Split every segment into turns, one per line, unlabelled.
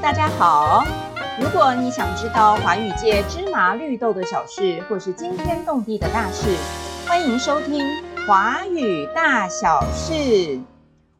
大家好。如果你想知道华语界芝麻绿豆的小事，或是惊天动地的大事，欢迎收听《华语大小事》。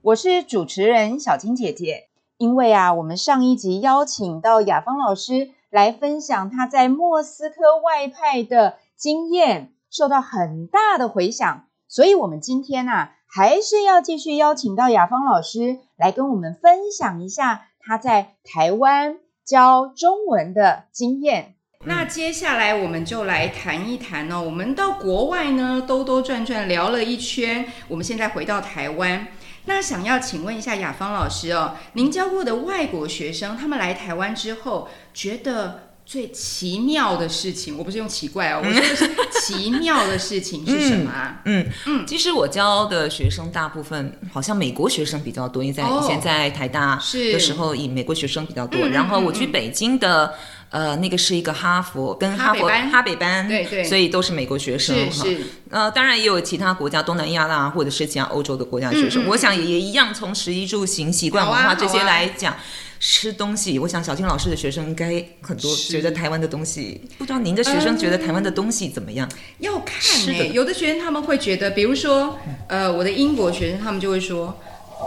我是主持人小金姐姐。因为啊，我们上一集邀请到雅芳老师来分享她在莫斯科外派的经验，受到很大的回响，所以我们今天呐、啊，还是要继续邀请到雅芳老师来跟我们分享一下她在台湾教中文的经验。那接下来我们就来谈一谈哦，我们到国外呢兜兜转转聊了一圈，我们现在回到台湾。那想要请问一下雅芳老师哦，您教过的外国学生，他们来台湾之后，觉得最奇妙的事情，我不是用奇怪哦，我说的是奇妙的事情是什么啊？
嗯嗯，其实我教的学生大部分好像美国学生比较多，因为在
哦
以前在台大
是
的时候，以美国学生比较多。
嗯嗯
然后我去
嗯嗯
北京的，呃，那个是一个哈佛跟
哈
哈佛
北班
哈北班，
对对
所以都是美国学生
是
哈。
是，
呃，当然也有其他国家，东南亚啦，或者是其他欧洲的国家的学生，
嗯嗯
我想也也一样从食衣住行、习惯、
好
文
啊
化这些
好啊
来讲。吃东西，我想小金老师的学生应该很多
是
觉得台湾的东西，不知道您的学生觉得台湾的东西怎么样？
要看、
是
欸、
的
有的学生他们会觉得，比如说，呃，我的英国学生他们就会说，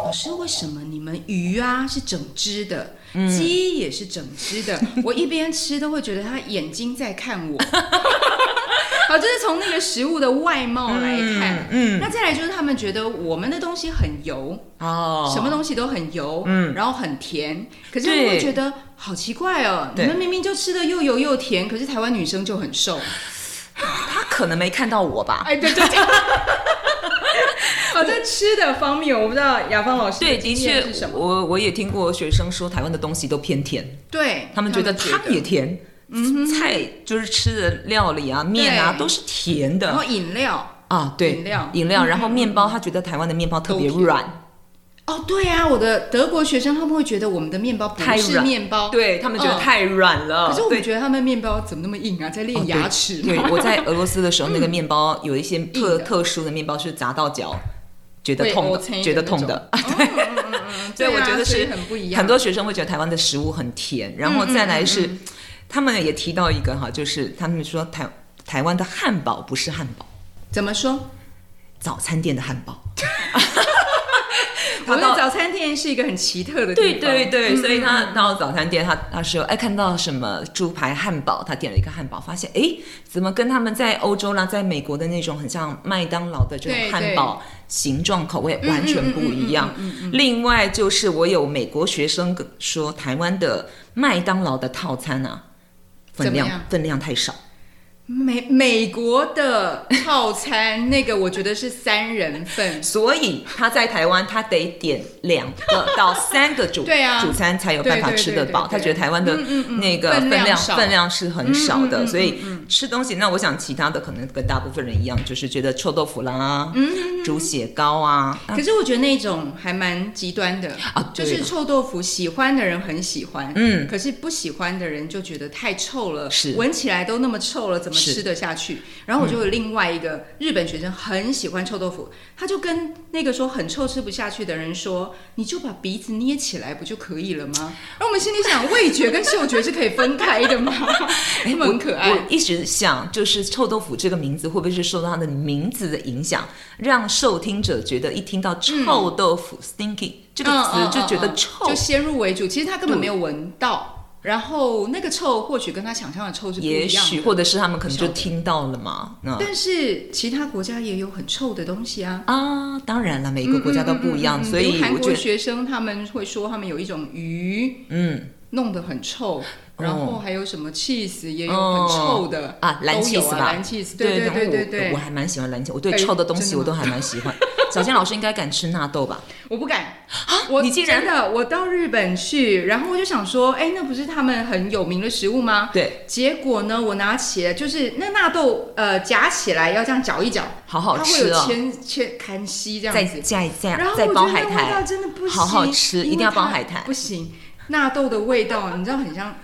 老师为什么你们鱼啊是整只的，
嗯
鸡也是整只的？ 我一边吃都会觉得他眼睛在看我。 好，这是从那个食物的外貌来看。
嗯，
那再来就是他们觉得我们的东西很油，
哦，
什么东西都很油，
嗯
然后很甜，可是
对
我会觉得好奇怪哦，你
对
们明明就吃的又油又甜，可是台湾女生就很瘦。
他可能没看到我 吧？
哎，对对对。 哦，在吃的方面，我不知道雅芳老师
对，的
经
确
验是什，么。
我我也听过学生说台湾的东西都偏甜，
对
他们觉得汤也甜，菜就是吃的料理啊、面啊
嗯对
都是甜
然后
的
饮料，
啊，对，
饮料嗯
饮料，然后面包，他觉得台湾的面包特别
都甜
软，
哦，对啊，我的德国学生他们会觉得我们的面包不
太
是
软
面包，，
对他们觉得
嗯
太软了，
可是我
对
们觉得他们面包怎么那么硬啊，在
哦
练
对
牙齿
对
嘛。，
我在俄罗斯的时候，那个面包有一些特
硬的
特殊的面包是砸到脚，觉得
会
痛
凹
的，
陷的
觉得
那
痛
种
的。
嗯
所以
对
我
啊
觉得
所以
是
很不一样。嗯
很多学生会觉得台湾的食物很甜，然后再来是，他们也提到一个哈，就是他们说台台湾的汉堡不是汉堡，
怎么说？
早餐店的汉堡。
我
他
们的
到
早餐店是一个很奇特的地
对
方，
对对，所以
嗯
他到早餐店，他他说哎看到什么猪排汉堡，他点了一个汉堡，发现哎怎么跟他们在欧洲啦，在美国的那种很像麦当劳的这种
对对
汉堡形状口味完全不一样。另外就是我有美国学生跟说台湾的麦当劳的套餐啊分
怎么
量
样
分量太少。
美美国的套餐那个我觉得是三人份，
所以他在台湾，他得点两个到三个主
对啊
主餐才有办法
对对对
吃得
对
饱。
对
他觉得台湾的
嗯嗯嗯
那个
分
分
量
量
少
分量是很
嗯
少
嗯嗯
的，
嗯
所以吃东西，那我想其他的可能跟大部分人一样，就是觉得臭豆腐啦、
嗯
猪血糕啊，啊
可是我觉得那种还蛮极端的
啊
就
对
是臭豆腐，喜欢的人很喜欢，
嗯
可是不喜欢的人就觉得太臭了，
是
闻起来都那么臭了，怎么
是嗯
吃得下去？然后我就有另外一个日本学生很喜欢臭豆腐，他就跟那个说很臭吃不下去的人说，你就把鼻子捏起来不就可以了吗？然后我们心里想，味觉跟嗅觉是可以分开的 吗？他们很可爱
哎我。我一直想，就是臭豆腐这个名字会不会是受到它的名字的影响，让受听者觉得一听到臭豆腐 （stinky） 这个
嗯
词
嗯
就
嗯
觉得
嗯
臭嗯
就，先入为主。其实他根本没有闻到，然后那个臭或许跟他想象的臭是不一
也
样的。
许或者是他们可能
不晓得
就听到了嘛，嗯那。
但是其他国家也有很臭的东西啊，
啊，当然了，每个国家都不一
嗯嗯
样，
嗯嗯
啊所
比如
以
韩
我觉
国
得，
学生他们会说他们有一种鱼
嗯
弄得很臭。
哦
然后还有什么 cheese 也有很臭的
啊，蓝
气
cheese
啊，
吧，
蓝 cheese，对
然后
对对对
我我
对，
还蛮喜欢蓝 cheese，我对
哎
臭的东
真
西
的吗
我都还蛮喜 欢。小健老师应该敢吃纳豆吧？
我不敢，我
啊你竟然
真的我到日本去，然后我就想说，哎，那不是他们很有名的食物吗？
对，
结果呢，我拿起来就是那纳豆，呃，夹起来要这样搅一搅，
好好
它会
吃
有
哦，
牵牵砍西这样
再
子，
再再
然后
再
我觉
包
得
海
那味道
苔，
真的不行，
好好吃
因为
一定要包
它
海苔
不行，纳豆的味道你知道很像，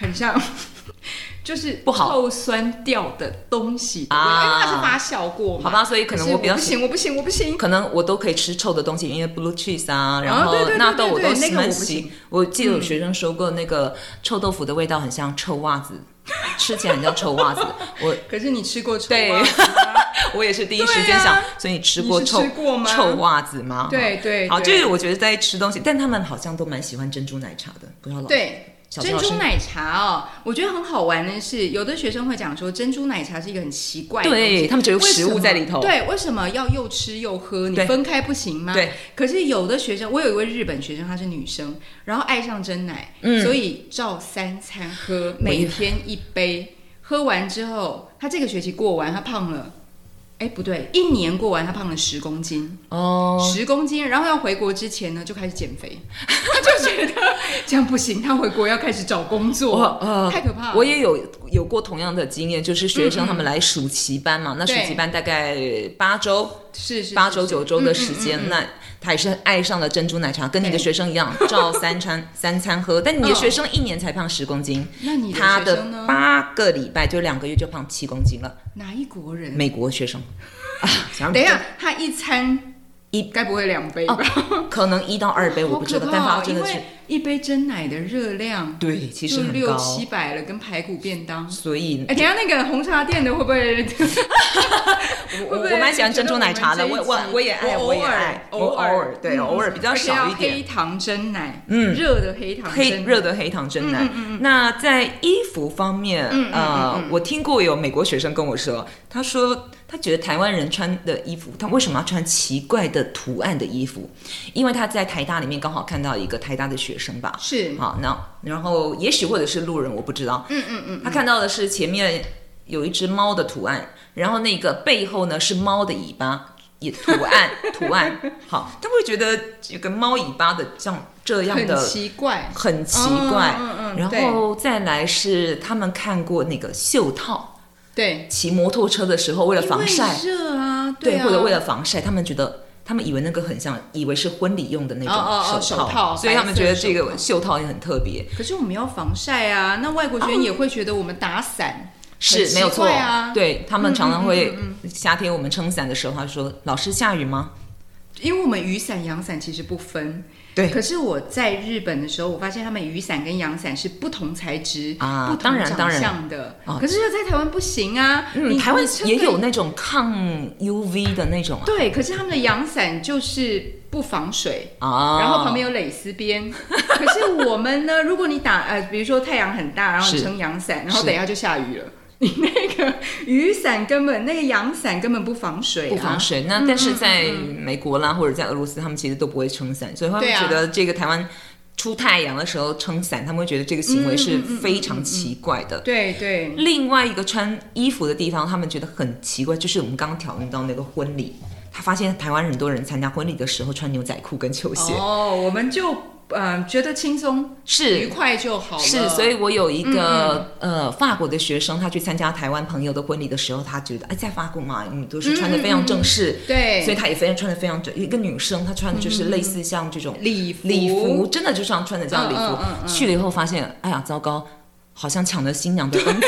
很像，就是
不好
臭酸掉的东西的味道
啊
因为它是发酵过嘛。
好吧，所以可能
是
我比较
不
喜，
行，我不行，我不行。
可能我都可以吃臭的东西，因为 blue cheese 啊，然
哦对对
后
对
纳豆
对
我
对
都
那
喜
个我
欢
不
洗
行。嗯
我记得有学生说过，那个臭豆腐的味道很像臭袜子，吃起来很像臭袜子。我
可是你吃过臭
对
袜子吗
我也是第一时间
对
想
啊，
所以你吃过臭
你是吃过吗
臭袜子吗？
对对，
好，
对
就是我觉得在吃东西，但他们好像都蛮喜欢珍珠奶茶的，不知道老
嗯对。
小
珍
赵
珠
是
奶茶哦，我觉得很好玩的是，有的学生会讲说，珍珠奶茶是一个很奇怪的东西，
对他们觉得有
为
食
什
物
么
在里头，
对，为什么要又吃又喝？你
对
分开不行吗？
对。
可是有的学生，我有一位日本学生，她是女生，然后爱上真奶，
嗯
所以照三餐喝，
我也
每天一杯。喝完之后，她这个学期过完，她胖了。哎，不对，一年过完，她胖了十公斤，
哦，
十、公斤。然后要回国之前呢，就开始减肥， 她就觉得这样不行，她回国要开始找工
我
作，
呃
太可怕了。
我也有有过同样的经验，就是学生他们来暑期班嘛，那
嗯
暑
对
期班大概八周、
是是
八
是
周、
是
九周的时
嗯
间，
嗯嗯嗯
那他也是爱上了珍珠奶茶，跟你的
对
学生一样，照 三餐三餐喝，但你的
嗯
学生一年才胖十公斤，
那嗯你的
他
学
的
生呢？
八个礼拜就两个月就胖七公斤了，
哪一国人？
美国学生。 啊，
等一下，他一餐
一
该不会两杯
哦
吧？
可能一到二杯我不知道，但
好可
他
怕哦
真
因
的是
为一杯真奶的热量
对，其实
就
很
六
高，
七百了，跟排骨便当。
所以
哎，等一下那个红茶店的会不会？会
我
不
我
会
蛮喜欢珍珠奶茶的，
觉
我
得我们这
我
一集
我也爱，
我
我也
偶尔
爱，我
偶
偶
尔
尔对
嗯
偶尔比较
而且
少
要
一点
黑。糖真奶，
嗯
热的黑糖
黑
真奶
热的黑糖真奶，
嗯
那在衣服方面，
嗯嗯
呃，
嗯嗯
我听过有美国学生跟我说，他说他觉得台湾人穿的衣服，他为什么要穿奇怪的图案的衣服？因为他在台大里面刚好看到一个台大的学生吧，
是，
好，那然后也许或者是路人，我不知道，
嗯嗯嗯，
他看到的是前面有一只猫的图案，然后那个背后呢是猫的尾巴，也图案图案。好，他会觉得这个猫尾巴的像这样
很
的
奇怪，
很奇怪。
嗯嗯嗯，
然
对
后再来是他们看过那个袖套，
对，
骑摩托车的时候为了防晒，
因为热啊，啊，
或者为了防晒，他们觉得。他们以为那个很像，以为是婚礼用的那种
哦哦哦手套
所以他们觉得这
白色
个
的
袖套也很特别。
可是我们要防晒啊，那外国学
嗯
生也会觉得我们打伞、很
是
奇
没有错
怪啊
对他们常常会
嗯
夏天我们撑伞的时候，他说：“老师下雨吗
因为我们雨伞、阳伞其实不分。
对
可是我在日本的时候，我发现他们雨伞跟阳伞是不同材质、
啊
不同
当然当
长
然
相的。
哦
可是这在台湾不行啊，？”
嗯，
你
台湾
你撑
也
个
有那种抗 UV 的那种
对，可是他们的阳伞就是不防水。
啊，啊
然后旁边有蕾丝 边，可是我们呢？如果你打呃，比如说太阳很大，然后你
是
撑阳伞，然后
是
等一下就下雨了， 你那个雨伞根本那个阳伞根本不防水、啊，嗯
不防水。那但是在美国啦，或者在俄罗斯，他们其实都不会撑伞，所以他们
对啊
觉得这个台湾出太阳的时候撑伞，他们会觉得这个行为是
嗯嗯嗯嗯
非常奇怪的。
对对，
另外一个穿衣服的地方，他们觉得很奇怪，就是我们刚刚讨论到那个婚礼，他发现台湾很多人参加婚礼的时候穿牛仔裤跟球鞋，
哦，我们就呃觉得轻松愉
是。
快就好了。嗯
是，所以我有一个、呃法国的学生，他去参加台湾朋友的婚礼的时候，他觉得哎，在法国嘛，你都是穿的非常正式，
嗯对，
所以他也非常穿的非常正。一个女生，她穿就是类似像这种
嗯礼服
礼服，真的就像穿的这样礼服。
嗯嗯嗯嗯
去了以后发现，哎呀，糟糕，好像抢了新娘的 风采，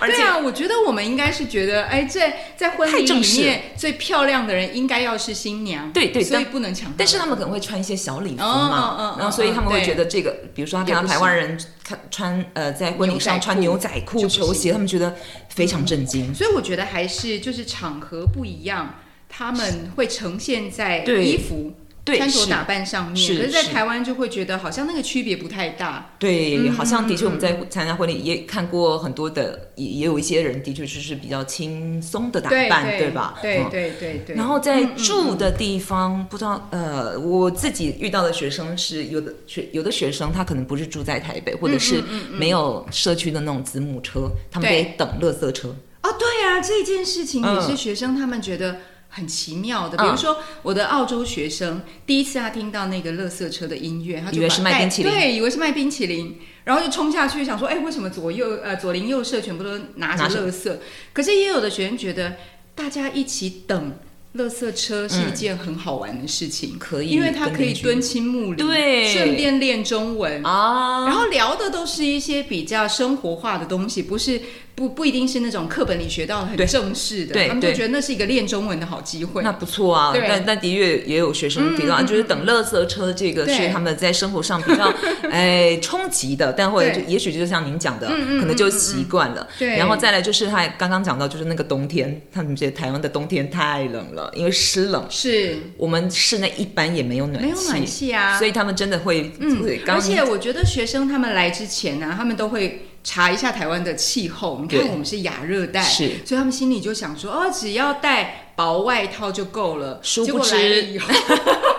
而且
对啊，我觉得我们应该是觉得，哎，在在婚
太
礼
正
里
式
面最漂亮的人应该要是新娘，
对对
所以
但
不能抢到。
但是他们可能会穿一些小礼服
哦哦
嘛
哦，
然后所以他们会
对
觉得这个，比如说他看到台湾人看穿呃在婚礼上穿
牛
牛
仔
仔
裤嗯就不
裤、球
行
鞋，他们觉得非常震惊。
所以我觉得还是就是场合不一样，他们会呈现在
对
衣服。
对
穿着
是
打扮上面，
是
可是，在
是
台湾就会觉得好像那个区别不太大。
对，
嗯
好像的确我们在参加婚礼也看过很多的，也也有一些人的确就是比较轻松的打
对
扮，
对
对吧？
对
嗯
对对对。
然后在
嗯嗯
住的地方，不知道呃，我自己遇到的学生是有的学有的学生他可能不是住在台北，或
嗯
者是没有社区的那种子母车，他们
对
得等垃圾车。
哦，对啊，这件事情也是
嗯
学生他们觉得很奇妙的。
嗯
比如说，我的澳洲学生第一次他听到那个乐色车的音乐，他就
以为
把
是卖
袋
冰淇淋
对，以为是卖冰淇淋，然后就冲下去想说，哎，为什么左右呃左邻右舍全部都拿着
拿着
乐色？可是也有的学生觉得大家一起等。垃圾车是一件很好玩的事情，
嗯可以
因为它可
跟
以
邻居
蹲亲睦邻，
对
顺便练中文。
啊，
然后聊的都是一些比较生活化的东西，不是不不一定是那种课本里学到的很
对
正式的，
对
他们就
对
觉得那是一个练中文的好机会
那。不错啊，
对嗯
但但的确也有学生提到，就是等垃圾车这个
对
是他们在生活上比较 哎冲击的，但或者就
对
也许就像您讲的，
嗯嗯嗯
可能就习惯了。
对
然后再来就是他刚刚讲到，就是那个冬天，他们觉得台湾的冬天太冷了，因为湿冷，
是
我们室内一般也没有暖气，
没有暖气啊，嗯
所以他们真的会，会刚
而且我觉得学生他们来之前呢、他们都会查一下台湾的气候。你看
对
我们是亚热带，
是
所以他们心里就想说，哦，只要带薄外套就够了。
殊
结
不
果
知
来了以后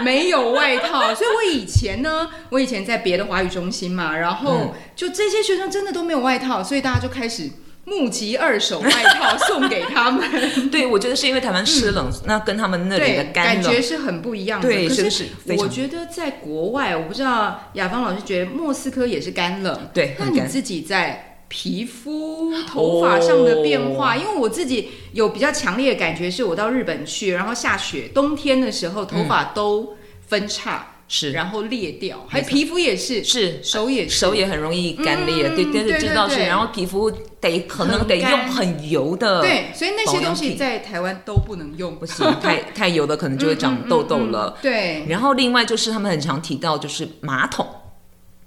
没有外套，所以我以前呢，我以前在别的华语中心嘛，然后
嗯
就这些学生真的都没有外套，所以大家就开始募集二手外套送给他们。
对我觉得是因为台湾湿冷，那跟他们那里的
嗯对，
干
感觉
冷，
是很不一样的。
对
可
是
是
不是非
我
常
觉得在国外，我不知道雅芳老师觉得莫斯科也是干冷，
对
那
很
你
干
自己在皮肤、头发上的变化，
哦
因为我自己有比较强烈的感觉，是我到日本去，然后下雪，冬天的时候头发都分叉，
嗯是
然后裂掉，还
没
有
错
皮肤也是，
是
手也是，
手也很容易干裂，
嗯
对，但
对
是
对
知道是，
对
然后皮肤得可能
很
得用
干
很油的，
对，所以那些
保养
东西
品
在台湾都不能用 嗯
不，行， 太太油的可能就会长痘痘了。
对，
然后另外就是他们很常提到就是马桶，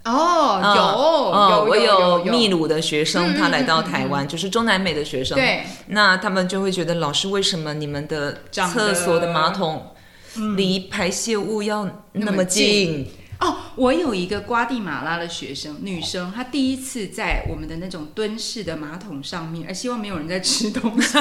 嗯嗯
哦哦，有
我
有
秘鲁的学生
嗯
他来到
嗯嗯
台湾，就是中南美的学生，
对。
那他们就会觉得老师为什么你们的
长
厕所
得
的马桶离排泄物要
那
那
么
么近？
哦，我有一个瓜地马拉的学生，女生，她第一次在我们的那种蹲式的马桶上面，呃，希望没有人在吃东西，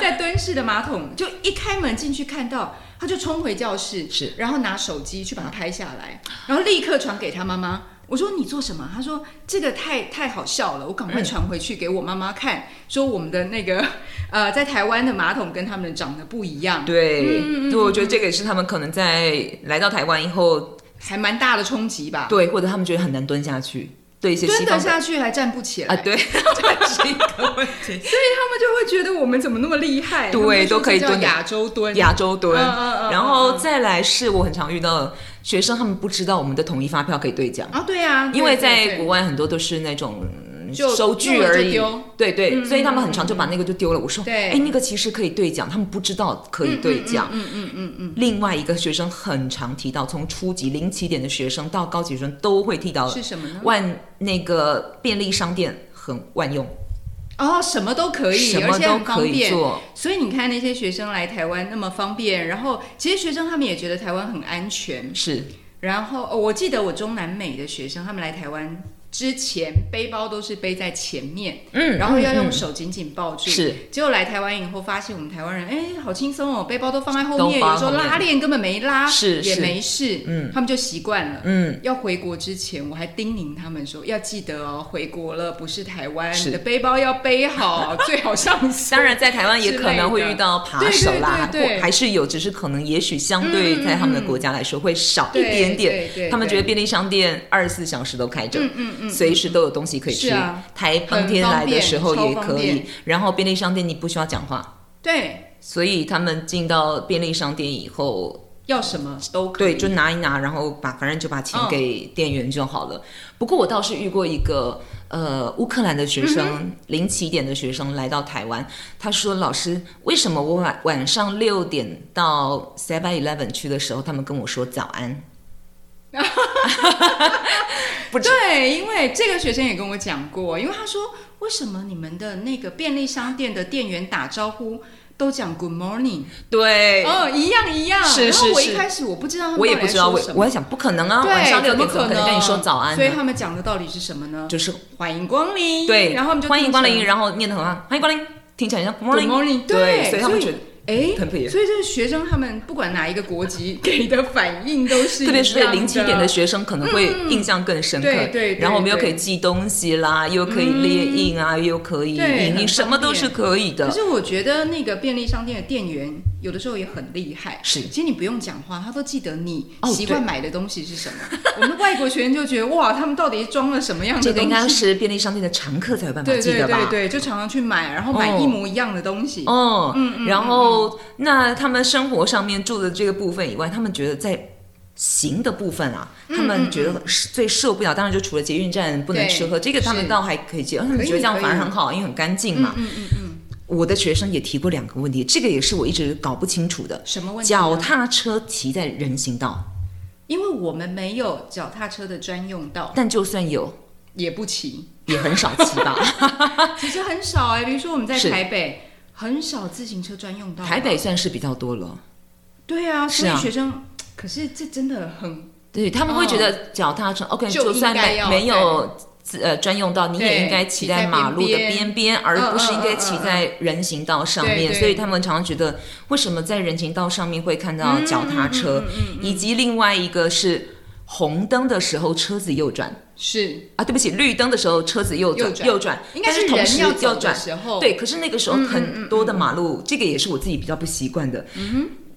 在蹲式的马桶，就一开门进去看到，她就冲回教室，
是，
然后拿手机去把它拍下来，然后立刻传给她妈妈。我说你做什么？她说这个太太好笑了，我赶快传回去给我妈妈看，说我们的那个呃，在台湾的马桶跟他们长得不一样，
对，
嗯
对，我觉得这个也是他们可能在来到台湾以后，
还蛮大的冲击吧。
对，或者他们觉得很难蹲下去，对一些
蹲
西
得
方
下去还站不起来
啊，对，这是一个问题。
他们就会觉得我们怎么那么厉害？
对
他们就说
都可以
这叫
蹲的
亚洲蹲，
亚洲蹲，
嗯嗯嗯
然后再来是我很常遇到的学生，他们不知道我们的统一发票可以兑奖，
啊，对啊，对
因为
对
在
对
国外很多都是那种嗯
就
收据而已
用了就丢，
对对，
嗯
所以他们很常就把那个就丢了。我说，
对
哎，那个其实可以兑奖，他们不知道可以兑奖。
嗯嗯嗯嗯
另外一个学生很常提到，从初级零起点的学生到高级学生都会提到
嗯，是什么呢？
万那个便利商店很万用，
哦，什么都可以，
什么
而且
都
很方
可以
便。
做。
所以你看那些学生来台湾那么方便，然后其实学生他们也觉得台湾很安全。
是
然后、哦我记得我中南美的学生他们来台湾之前，背包都是背在前面，
嗯
然后要
嗯
用
嗯
手紧紧抱住。
是
结果来台湾以后，发现我们台湾人哎，好轻松哦，背包都放在后
都
面，
放
有时候
后面
拉链根本没拉，
是
也
是
没事，
嗯
他们就习惯了。
嗯，
要回国之前，我还叮咛他们说，要记得哦，回国了不是台湾，
是
你的背包要背好，最好上锁。
当然，在台湾也可能会遇到扒
之
手啦，
类的对对对对嗯
或还是有，只是可能也许相对在他们的国家来说会少一点
对
点
对对。
他们觉得便利商店二十四小时都开着，
嗯嗯嗯，
随时都有东西可以吃
是啊。
台当天来的时候也
很方
可
便超
以，然后便利商店你不需要讲话，
对，
所以他们进到便利商店以后，
要什么都可以。
对，就拿一拿，然后把反正就把钱
嗯
给店员就好了。不过我倒是遇过一个呃乌克兰的学
嗯
生，零起点的学生来到台湾，他说：“老师，为什么我晚晚上六点到 Seven Eleven 去的时候，他们跟我说早安？不止
对，因为这个学生也跟我讲过，因为他说为什么你们的那个便利商店的店员打招呼都讲 Good morning，
对。
哦，一样一样。
是
然后
是
我一
是
开始我不知道他们
我也
到底
不
在
知道，
说
我
什么
我在想，不可能啊！
对
晚上六点
怎么可
可能跟你说早安
所以
呢？
他们讲的到底是什么呢？
就是
欢迎光临，
对，
然后他们就
欢迎光临，
听
然后念得很好，欢迎光临，听起来像 good
成 Good
morning，
morning，
对，所以他们觉得
哎，
很特别
所以这个学生他们不管哪一个国籍给的反应都是一样的，嗯
特别是对零起点的学生可能会印象更深刻。
对对对
然后我们又
对嗯
可以寄东西啦，又可以列印啊，又可以
对
影
很
印，什么
方
都
便
是可以
可
的。
是我觉得那个便利商店的店员有的时候也很厉害，
是
其实你不用讲话，他都记得你
哦
习惯
对
买的东西是什么。我们的外国学生就觉得哇，他们到底装了什么样的
这
东西？
个应该是便利商店的常客才有办法
对
记
对
得吧？
对对，就常常去买，然后买
哦
一模一样的东西。
哦，
嗯嗯
然后，那他们生活上面住的这个部分以外，他们觉得在行的部分啊，他
嗯
们觉得是最受不了。当然，就除了捷运站不能吃喝，这个他们
是
倒还可以接受，他们
可以
觉得这样
可以
反而很好，因为很干净嘛。
嗯嗯嗯，
我的学生也提过两个问题，这个也是我一直搞不清楚的。
什么问题呢？
脚踏车骑在人行道，
因为我们没有脚踏车的专用道，
但就算 有，
也不骑，
也很少骑吧。
其实很少哎、比如说我们在
是
台北，很少自行车专用道。
台北算是比较多了，
对啊，所
是
以
啊
学生，可是这真的很
对他们会觉得脚踏车、OK，
哦就
就算
应该
没
要
没有呃专用道，你
对
也应该骑在马路的边边，而不
嗯
是应该骑在人行道
嗯
上
嗯嗯嗯
面。
嗯
所以他们常常觉得，为什么在人行道上面会看
嗯
到脚踏车，以及另外一个是红灯的时候车子右转
是，
啊，对不起，绿灯的时候车子右转
右转应该
但
是
是同
人
时
要
右
走的
转
时候，
对，可是那个时候很多的马
嗯
路，这个也是我自己比较不习惯的。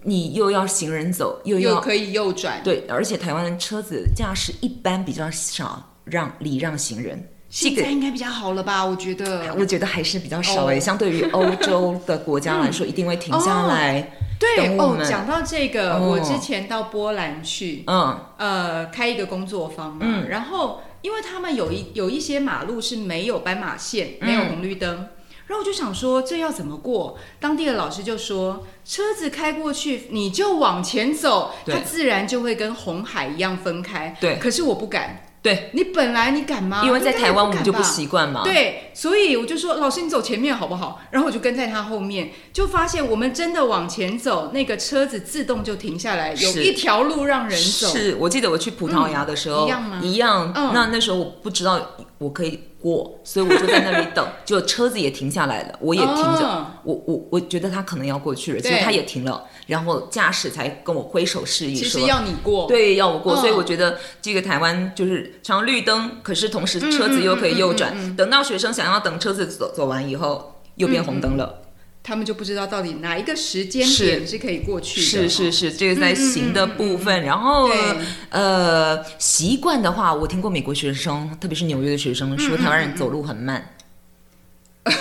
你又要行人走，又
又
要
可以右转。
对，而且台湾的车子驾驶一般比较少让礼让行人，这
现
个
在应该比较好了吧？我觉得，
我觉得还是比较少
哦嗯
诶、相对于欧洲的国家 来说，一定会停下来。
对
等我
哦。
们
讲到这个，
哦
我之前到波兰去，
嗯，
呃，开一个工作坊嘛，
嗯
然后因为他们有一有一些马路是没有斑马线，
嗯
没有红绿灯。然后我就想说，这要怎么过？当地的老师就说，车子开过去，你就往前走，
对
它自然就会跟红海一样分开。
对
可是我不敢。
对，
你本来你敢吗？
因为在
应该
台湾我
敢
们就不
吧
习惯嘛。
对，所以我就说老师你走前面好不好？然后我就跟在他后面，就发现我们真的往前走，那个车子自动就停下来，有
是
一条路让人走。
是我记得我去葡萄牙的时候、
嗯一样吗
一样
嗯
那那时候我不知道我可以过，所以我就在那里 等，就车子也停下来了，我也停着。
哦
我我我觉得他可能要过去了，
对
所以他也停了，然后驾驶才跟我挥手示意
其
说
实要你过，
对，要我过，
嗯
所以我觉得这个台湾就是常常绿灯，可是同时车子又可以右转。
嗯
等到学生想要等车子走走完以后，又变红灯了。
他们就不知道到底哪一个时间点是可以过去的。
是是
哦，
是，这个在行的部分。然后
嗯对
呃，习惯的话，我听过美国学生，特别是纽约的学生
嗯
说，台湾人走路很慢。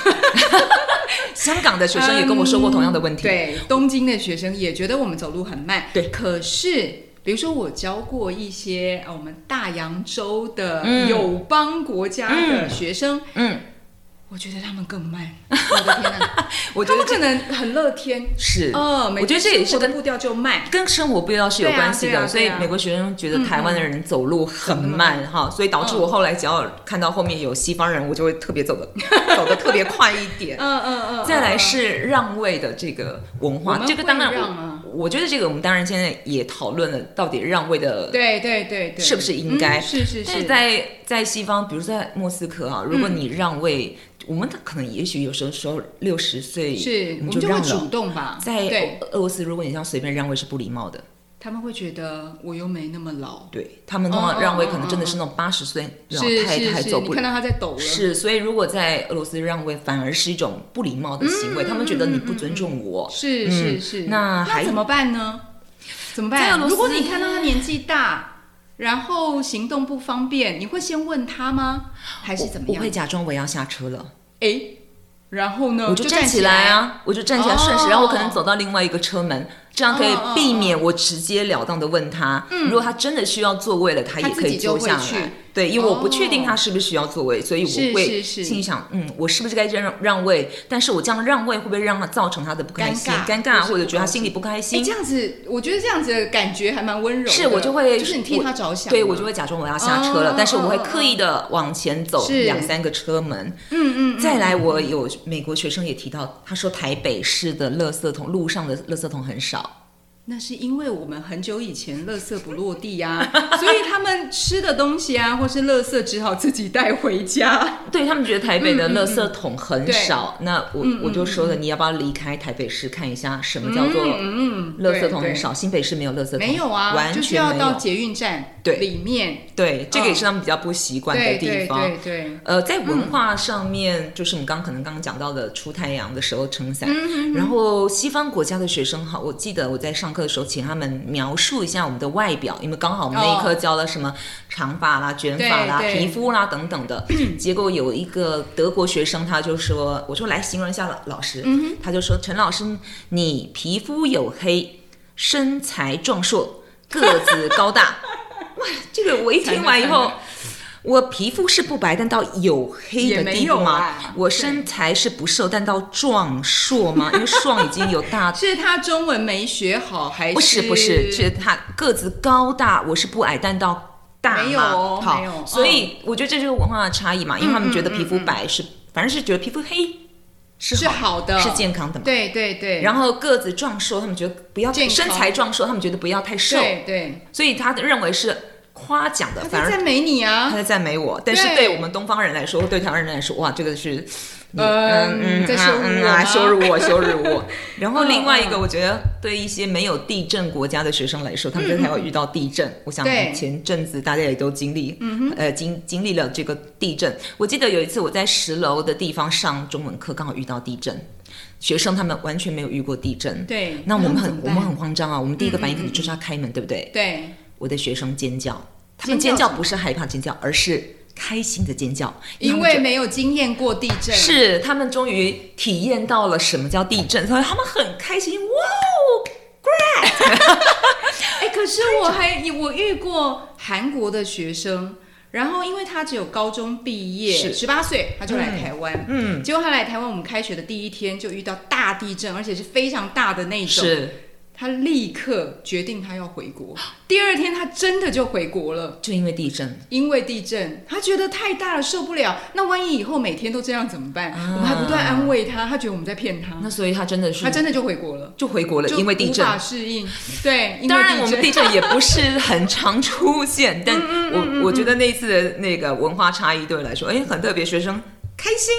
香港的学生也跟我说过同样的问题。
嗯对，东京的学生也觉得我们走路很慢。
对
可是。比如说，我教过一些呃，我们大洋洲的
嗯
友邦国家的学生，
嗯，
我觉得他们更慢。我的天 哪，
我觉
他
得
们可能很乐天，
是。
哦，
我觉得这也是跟
步调就慢，
跟生活步调是有关系
对
的，
啊对啊
所
对
以
啊嗯
美国学生觉得台湾的人走路很慢哈，所以导
哦
致我后来只要看到后面有西方人，我就会特别走的走的特别快一点。
嗯嗯嗯。
再来
嗯
是让位的这个文
我
化，
们
这个当然
会让啊吗
我，我觉得这个我们当然现在也讨论了，到底让位的
对对对对，
是不是应该
嗯是是
但是
是，
在在西方，比如在莫斯科
嗯
啊，如果你让位，我们可能也许有时候时候六十岁
是我
你
们就会
让
主
了。
动吧？
在
对，
俄俄罗斯，如果你这样随便让位是不礼貌的。
他们会觉得我又没那么老，
对他们
哦
通常让位可能真的
哦
是那种八十岁老
是
太
是
太
是，
走
你
不
看到他在抖了，
是，所以如果在俄罗斯让位反而是一种不礼貌的行为，他们觉得你不尊重我。
是
嗯
是是，
那
那
还
怎么办呢？怎么
在俄
办？
罗斯
如果你看到他年纪大。然后行动不方便，你会先问他吗？还是怎么
我我
样
会？假装我要下车了，
哎，然后呢？
我就站
起
起来！啊，我就站起来顺势，
哦
然后我可能走到另外一个车门，这样可以
哦哦哦
避免我直截了当的问他。如果他真的需要座位了，他
嗯他
也
自
可
己
以
就
坐
会
下
去
来。对，因为我不确定
哦
他是不是需要座位，所以
是
我会
是是
心里想，嗯，我是不是该让让位？但是我这样让位会不会让他造成他的不开心、
尴尬或
尴尬，
是
或
不
者觉得
高
他
兴
心里不开
哎，
心
这？样子，我觉得这样子的感觉还蛮温柔的。
是我就会
就是你替他着想嘛，
对，我就会假装我要下车了，
哦
但是我会
哦哦
刻意的往前走
是
两三个车门。
嗯嗯嗯，
再来，我有美国学生也提到，他说台北市的垃圾桶路上的垃圾桶很少，
那是因为我们很久以前垃圾不落地呀、 所以他们吃的东西啊，或是垃圾只好自己带回家。
对他们觉得台北的垃圾桶很
嗯对嗯
少。那我我就说了，你要不要离开台北市看一下什么叫做
嗯
垃圾桶很，少？新北市没有垃圾
对
桶，
对没有啊，
完
就是
全
要
没
到
有。
捷运站
对
里面，
对，这个也
嗯
是他们比较不习惯的
对
地
对
方。
对对，
呃，在
嗯
文化上面，就是我们刚可能刚刚
嗯
讲到的出太阳的时候撑伞，然后西方国家的学生哈，我记得我在上课的时候，请他们描述一下我们的外表，因为刚好我们那一课教了什么长发啦、卷发啦、
哦对对
皮肤啦等等 的。结果有一个德国学生，他就说：“我说来形容一下老老师。
嗯
他就说：“陈老师，你皮肤黝黑，身材壮硕，个子高大。” 哇，这个我一听完以后。我皮肤是不白，但到黝黑
也
的
没
地步
有
吗？
啊
我
对
身材是不瘦，但到壮 硕吗？因为壮已经有大
是他中文没学好还是？
不是不是，是他个子高大，我是不矮，但到大
没有
嘛
哦
好
没有嗯
所以我觉得这就是文化的差异嘛，因为他们觉得皮肤白是，反正是觉得皮肤黑是
是
好
好的，
是健康的嘛。
对对对，
然后个子壮硕，他们觉得不要
健
太
康
身材壮硕，他们觉得不要太瘦，
对对，
所以他认为是夸奖的，
他
反
在
而
赞美你
他
啊。
在赞美我。但是
对
对我们东方人来说，对台湾人来说，哇，这个是你
嗯在羞辱
嗯
我
啊
吗
羞辱我，羞辱 我。然后
嗯
另外一个，
嗯
我觉得对一些没有地震国家的学生来说，他们在台湾遇到地震，我想
对嗯
前阵子大家也都经历，呃，经经历了这个地震。我记得有一次我在十楼的地方上中文课，刚好遇到地震，学生他们完全没有遇过地震。
对，
那我们
那
很我
怎么办嗯
们很慌张啊，我们第一个反应肯定就是要开门，对不对？
对，
我的学生尖叫，他们
尖
尖
叫
叫
什么
不是害怕尖叫，而是开心的尖叫，
因
他们
为
觉得
没有经验过地震，
是他们终于体验到了什么叫地震，所以他们很开心，哇哦！
哎，可是我还我遇过韩国的学生，然后因为他只有高中毕业，
是
十八岁他就来台湾，
嗯，
结果他来台湾，我们开学的第一天就遇到大地震，而且是非常大的那种，
是，
他立刻决定他要回国。第二天他真的就回国了。
就因为地震，
因为地震，他觉得太大了，受不了。那万一以后每天都这样怎么办？
啊
我们还不断安慰他，他觉得我们在骗他，
那所以他真的是
他真的就回国了，
就回国了，
就
因为地震
无。法适应。对，因为
当然，我们
地
地震也不是很常出 现，但
嗯
我我觉得那一次的那个文化差异对我来说，哎，很特别。学生开心，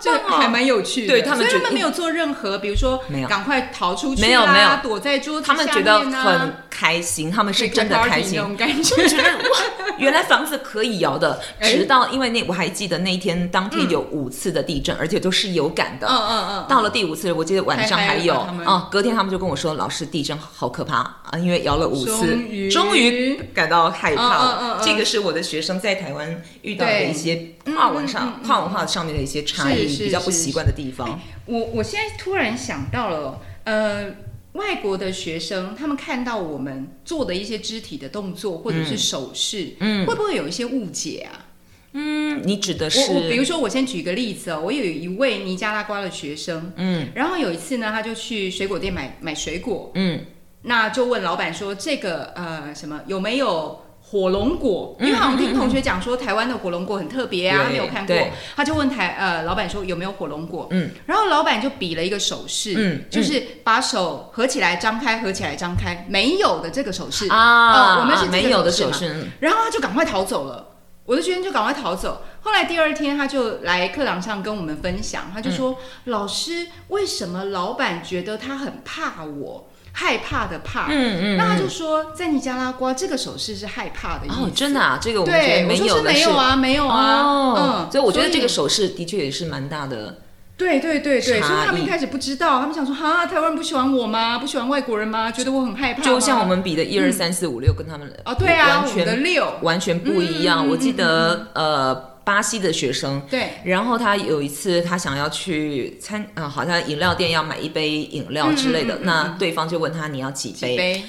就
好棒哦
还蛮有趣的。
对他们
所以他
觉
们
得
没有做任何，比如说
没有
赶快逃出去啦，啊
没有没有
躲在桌子
他
下
们
面啊，
觉得很开心，他们是真的
可以开
开
party
心
那。种感觉。
就觉得哇，原来房子可以摇的，
哎
直到因为那我还记得那一天当天有五次的地震，而且都是有感的。
嗯嗯嗯，
到了第五次，我记得晚上还有
太嗨了他们
啊，隔天他们就跟我说，老师地震好可怕啊，因为摇了五次，
终于
终于感到害怕了。
嗯嗯嗯嗯
这个是我的学生在台湾遇到的
对
一些跨文上、
嗯嗯嗯嗯
跨文化上面的一些差
是
异，
是
比较不习惯的地方。
我我现在突然想到了哦，呃，外国的学生他们看到我们做的一些肢体的动作或者是手势，
嗯
会不会有一些误解啊？
嗯，你指的
我我比如
是
说，我先举一个例子哦，我有一位尼加拉瓜的学生，
嗯
然后有一次呢，他就去水果店买买水果，
嗯
那就问老板说这个呃什么有没有火龙果？
嗯
因为好像听同学讲说台湾的火龙果很特别啊，
对
他没有看过
对，
他就问台呃老板说有没有火龙果？
嗯，
然后老板就比了一个手势，
嗯
就是把手合起来张开，合起来张开，没有的这个手势
啊，
呃我们是这个
没有的
手
手
势
势，
然后他就赶快逃走了。我的学生就赶快逃走。后来第二天，他就来课堂上跟我们分享，他就说：“
嗯
老师，为什么老板觉得他很怕我，害怕的怕？”
嗯嗯
那他就说，在尼加拉瓜这个手势是害怕的意思。
哦，真的啊，这个我们觉
对
得，
我
没
说是
有的
没有啊，没有啊。
哦
嗯，
所以我觉得这个手势的确也是蛮大的，
对对对对，
差
所以他们
异
一开始不知道，他们想说哈，台湾人不喜欢我吗？不喜欢外国人吗？觉得我很害怕吗。
就像我们比的一二三四五六跟他们
嗯哦，对啊，
完
我们的
全
六，
完全不一样。
嗯嗯嗯
我记得呃，巴西的学生。
对，
然后他有一次，他想要去餐，呃，好像饮料店要买一杯饮料之类
嗯
的，
嗯嗯嗯
那对方就问他你要几杯？
几杯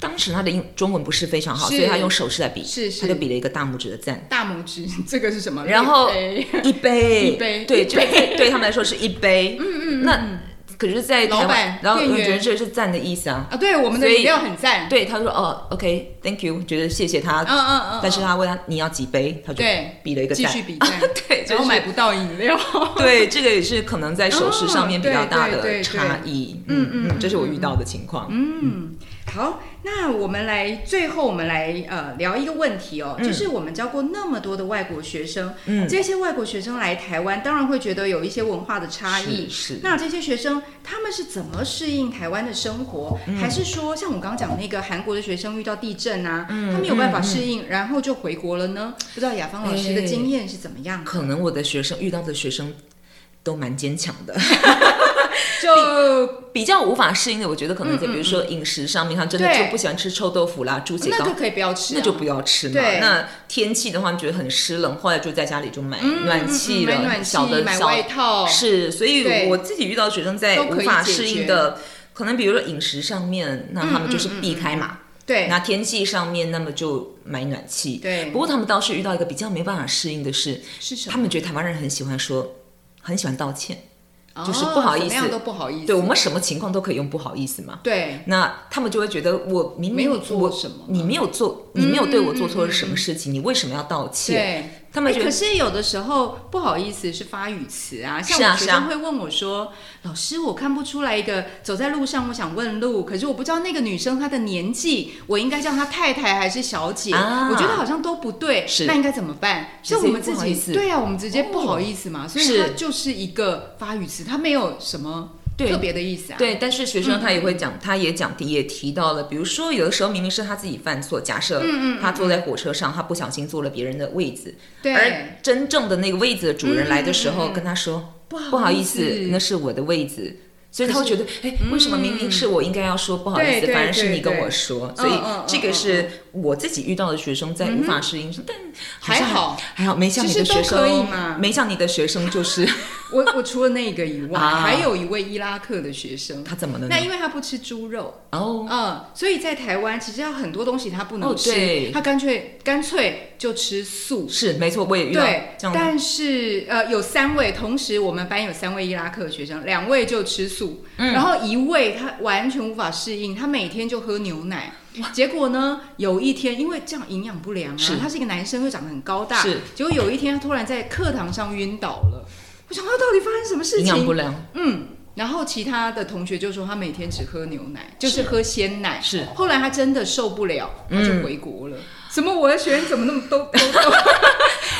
当时他的英中文不是非常好，
是
所以他用手势来比，
是是
他就比了一个大拇指的赞，
大拇指， 这个是什么？
然后
六杯
一杯，
一杯
对，
一
就对对他们来说是一杯，嗯嗯，那可是，在台
老
湾
板，
然后
店
我
员
觉得这是赞的意思啊，
啊，对，我们的
所以
饮料很赞。
对，他说哦，OK，Thank、you，觉得谢谢他，
嗯嗯嗯，
但是
嗯
他问他你要几杯，他就
对
比了一个
继
赞
续， 比赞，
对，就
然后
是
买不到饮 料。
对，这个也是可能在手势上面比较大
哦对对对
的差异，嗯
嗯嗯
嗯，这是我遇到的情况，
嗯，好，那我们来最后我们来呃聊一个问题哦，就是我们教过那么多的外国学生，
嗯
这些外国学生来台湾，当然会觉得有一些文化的差异。
是是
那这些学生他们是怎么适应台湾的生活？
嗯
还是说像我刚刚讲那个韩国的学生遇到地震啊，
嗯
他们有办法适应，然后就回国了呢？不知道雅芳老师的
哎
经验是怎么样的？
可能我的学生遇到的学生都蛮坚强的，
就
比较无法适应的，我觉得可能在
嗯嗯
比如说饮食上面，他真的
对
就不喜欢吃臭豆腐啦、猪血
那
糕
就，可以不要吃、啊，
那就不要吃嘛
对。
那天气的话，觉得很湿冷，后来就在家里就买
嗯
暖
嗯嗯
气
买
了，
暖气
小的
买
小
外套
是，所以
哦对
我自己遇到学生在
都可
无
以
法
解
适
决
应的，可能比如说饮食上面，那他们就是
嗯嗯
避开嘛。
对
那天气上面，那么就买暖气。
对
不过他们倒是遇到一个比较没办法适应的是，
是什么？
他们觉得台湾人很喜欢说，很喜欢道歉。
哦
就是不好意思
怎么样都不好意思。
对我们什么情况都可以用不好意思嘛。
对
那他们就会觉得我明明
没有做
我
什么嗯
你没有做，你没有对我做错了什么事情，你为什么要道歉？
对
他们
哎
觉
可
得
是有的时候不好意思是发语词啊，像
是啊
我学
是啊
生会问我说：“老师，我看不出来一个走在路上，我想问路，可是我不知道那个女生她的年纪，我应该叫她太太还是小姐？
啊
我觉得好像都不对，
是
那应该怎么办？”
直接
所以我们自
不好意
己
思哦
对啊，我们直接不好意思嘛，所以
是
它就是一个发语词，它没有什么
对
特别的意思啊。
对，但是学生他也会讲，他也讲也提到了，比如说有的时候明明是他自己犯错，假
嗯
设他坐在火车上，他不小心坐了别人的位置，
对
而真正的那个位置的主人来的时
嗯
候，
嗯嗯嗯
跟他说
不好
不好意
意
思
思，
那是我的位置。所以他会
可是
觉得，哎，为什么明明是我应该要说不好意
对
思，
对
反而是
对
你跟我
对
说？
嗯
所以
嗯嗯嗯
这个是我自己遇到的学生在无法适应，但
还
像
好，
还好没像你的
就是都
学
可以
生哦
嘛，
没像你的学生就是
我我除了那个以外，
啊，
还有一位伊拉克的学生
他怎么了呢
那？因为他不吃猪肉。
哦，
嗯，所以在台湾其实有很多东西他不能
哦
吃，
对
他干脆干脆就吃素。
是没错，我也遇到
对，
这样的
但是呃，有三位，同时我们班有三位伊拉克学生，两位就吃素，
嗯
然后一位他完全无法适应，他每天就喝牛奶。结果呢，有一天因为这样营养不良啊，
是
他是一个男生，又长得很高大，
是
结果有一天他突然在课堂上晕倒了。我想他到底发生什么事
营养
情
不？良，
嗯，然后其他的同学就说他每天只喝牛奶，就是
是
喝鲜奶。
是嗯
后来他真的受不了，他就回国了。什么？我的学员怎么那么都都 都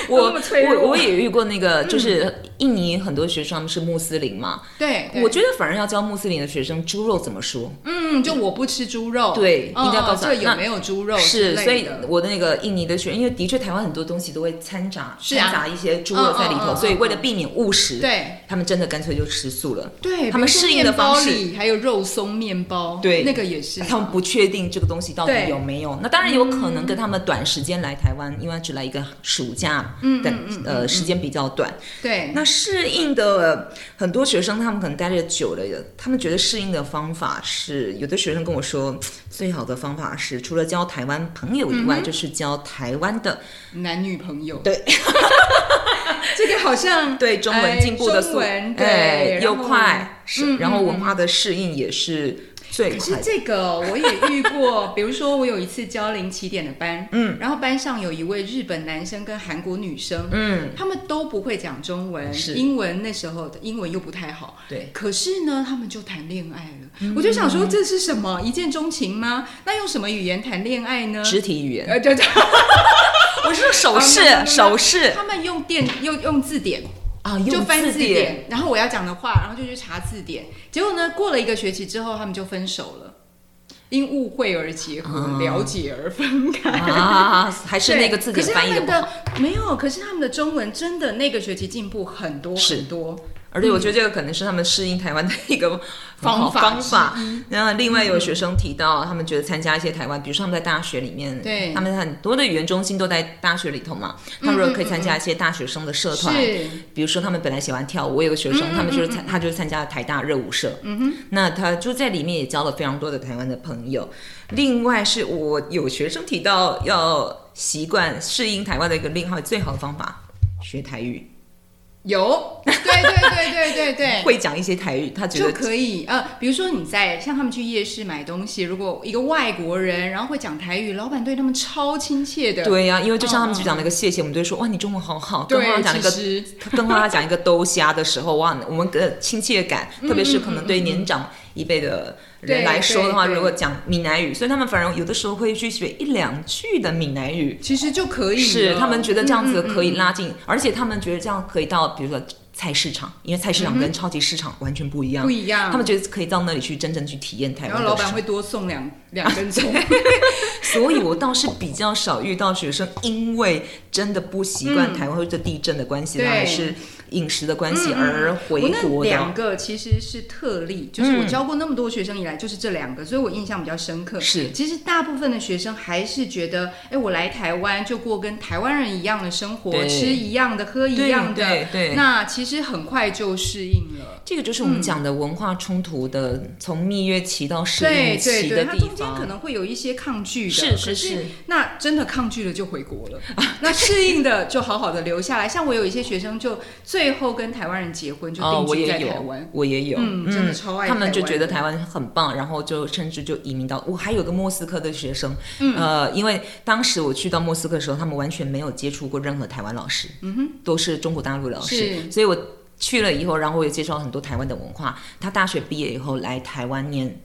我
那么脆弱嗯
我我也遇过那个，就是印尼很多学生他们是穆斯林嘛，
对？对
我觉得反而要教穆斯林的学生猪肉怎么说。
嗯，就我不吃猪肉，
对
嗯
一定要告诉
嗯
他
这有
那
没有猪肉之
是，
类
所以
的
我的那个印尼的学，因为的确台湾很多东西都会掺杂
是啊
掺杂一些猪肉在里
嗯嗯
头，
嗯
所以为了避免误食，
对
他们真的干脆就吃素了。
对，
他们
比如说
适应的
面包
方式
里还有肉松面包，
对
那个也是
他们不确定这个东西到底
对嗯
有没有，那当然有可能跟他们短时间来台湾，因为只来一个暑假
嗯嗯
的
嗯嗯
呃时间比较短，
对，
那适应的很多学生，他们可能待的久了，他们觉得适应的方法是，有的学生跟我说，最好的方法是除了交台湾朋友以
嗯
外，就是交台湾的
男女朋友
对，
这个好像
对中文进步的速，
哎中文
哎
对，
又
然后
快
嗯
是，
嗯
然后文化的适应也是最
可是
快的。
这个哦我也遇过，比如说我有一次教零起点的班，嗯，然后班上有一位日本男生跟韩国女生，
嗯，
他们都不会讲中文，
是
英文那时候的英文又不太好，
对，嗯
可是呢，他们就谈恋爱了。我就想说这是什么一见钟情吗？那用什么语言谈恋爱呢？
肢体语言，
呃，就这样，
我是说手势
啊没有没有没有，
手势
他们用电用用字典，
啊，
就
用
翻
字
字，典，然后我要讲的话，然后就去查字典。结果呢，过了一个学期之后，他们就分手了，因误会而结合，
啊
了解而分开。
啊，还是那个字典
对可
翻
是
译
他
的
们
不好。
的没有，可是他们的中文真的那个学期进步很多
是
很多。
而且我觉得这个可能是他们适应台湾的一个
嗯方法嗯
方法
之。
然后另外有学生提到，他们觉得参加一些台湾，比如说他们在大学里面，
对
他们很多的语言中心都在大学里头嘛，他们如果可以参加一些大学生的社团，
是
比如说他们本来喜欢跳舞，我有个学
嗯
生，他们就是参，他就是参加了台大热舞社，嗯哼，那他就在里面也交了非常多的台湾的朋友。另外是我有学生提到要习惯适应台湾的一个另外最好的方法，学台语，
有，对对对对对对。
会讲一些台语，他觉
就
得
可以呃，比如说你在像他们去夜市买东西，如果一个外国人，然后会讲台语，老板对他们超亲切的。
对呀、因为就像他们
嗯
去讲那个谢谢，我们就会说哇，你中文好好。更何况
对，
他讲一
其
个，
实
更何况他讲一个兜虾的时候，哇，我们的亲切感，特别是可能对年长一辈的人来说的话，
对对对
如果讲闽南语，所以他们反而有的时候会去学一两句的闽南语，
其实就可以了。
是他们觉得这样子可
嗯嗯嗯
以拉近，而且他们觉得这样可以到，比如说菜市场，因为菜市场跟超级市场完全不一样
嗯不。一样。
他们觉得可以到那里去真正去体验台
然
湾
后
的
老
生
板
活，
会多送两两根葱，
所以我倒是比较少遇到学生，因为真的不习惯台湾或者地震的关系，
嗯对
他还是饮食的关系
嗯嗯
而 回
我那
国的。嗯
两个其实是特例，就是我教过那么多学生以来，就是这两个，所以我印象比较深刻。
是
其实大部分的学生还是觉得，哎，我来台湾就过跟台湾人一样的生活，
对
吃一样的，喝一样的，
对对对，
那嗯其实很快就适应了。
这个就是我们讲的文化冲突的，从蜜月期到适
对
应
对
期
对，
的
它
地
中间可
方。
能会有一些抗拒的，
是
可
是
是
是，
那真的抗拒了就回国 了，那适应的就好好的留下来。像我有一些学生就最后跟台湾人结婚，就
哦，我
定居在
也
台
有
湾。，
我也有，
嗯真的超爱
他们就
台湾
觉得
的
台湾很棒，然后就甚至就移民到我还有个莫斯科的学生，
嗯
呃，因为当时我去到莫斯科的时候，他们完全没有接触过任何台湾老师，嗯哼，都是中国大陆的老师，
是
所以我去了以后，然后我也介绍很多台湾的文化。他大学毕业以后来台湾念。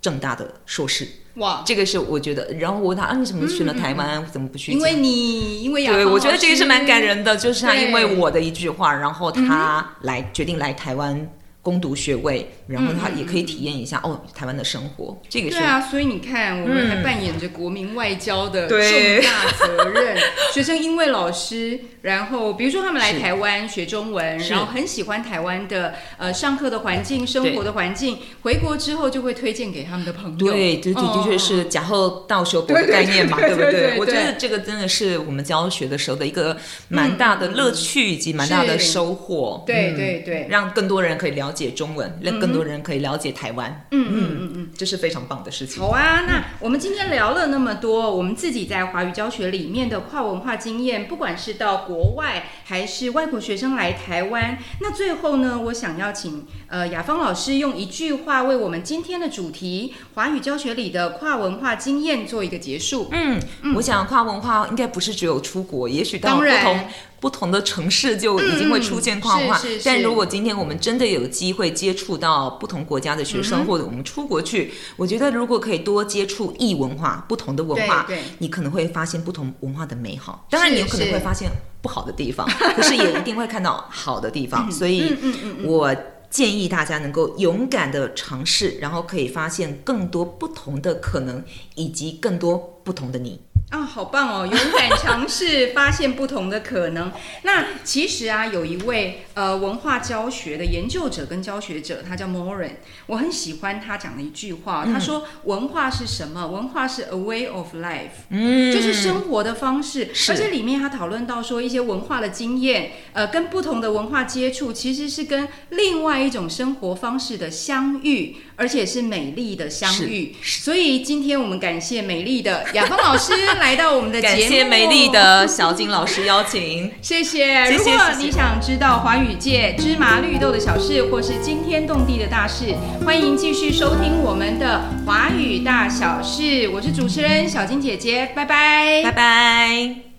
正大的硕士，
哇，
这个是我觉得。然后我问他啊，你怎么去了台湾？怎么不去？
嗯因为你，因为雅
对，
芳
我觉得这个是蛮感
老师。
人的，就是他
对
因为我的一句话，然后他来、决定来台湾攻读学位，然后他也可以体验一下、哦台湾的生活，这个是
对啊，所以你看，我们还扮演着国民外交的重大责 任。学生因为老师，然后比如说他们来
是
台湾学中文，
是
然后很喜欢台湾的呃上课的环境、生
对
活的环境，回国之后就会推荐给他们的朋友。
对，这的的确
嗯。嗯嗯
是假后到修补的概念嘛，
对对
不
对对
哦对？
对
我觉得这个真的是我们教学的时候的一个蛮大的乐趣以及蛮大的
是
收获。
对
嗯
对对
让更多人可以了解中文，让更多人可以了解台湾，
嗯嗯嗯嗯，
这是非常棒的事情
好。啊，那我们今天聊了那么多，我们自己在华语教学里面的跨文化经验，不管是到国外还是外国学生来台湾，那最后呢，我想要请呃雅芳老师用一句话为我们今天的主题华语教学里的跨文化经验做一个结束。
嗯，我想跨文化应该不是只有出国，也许到
当
不
然
同不同的城市就已经会出现跨文化。
嗯是是是
但如果今天我们真的有机会接触到不同国家的学
嗯
生，或者我们出国去，我觉得如果可以多接触异文化、不同的文化
对对，
你可能会发现不同文化的美好。当然，
是
你有可能
是
会发现不好的地方，可是也一定会看到好的地
嗯
方。所以，我。建议大家能够勇敢的尝试，然后可以发现更多不同的可能，以及更多不同的你。
啊，好棒哦！勇敢尝试，发现不同的可能。 那其实啊，有一位呃文化教学的研究者跟教学者，他叫 Moran，我很喜欢他讲的一句话，
嗯
他说：“文化是什么？文化是 a way of life，、
嗯
就是生活的方式。
是
而且里面他讨论到说，一些文化的经验，呃，跟不同的文化接触，其实是跟另外一种生活方式的相遇，而且是美丽的相遇。所以今天我们感谢美丽的雅芳老师来到我们的节目，
感谢美丽的小金老师邀请。
谢谢。
谢谢
如果
谢谢
你想知道华语界芝麻绿豆的小事，或是惊天动地的大事，欢迎继续收听我们的华语大小事。我是主持人小金姐姐，拜拜
拜拜。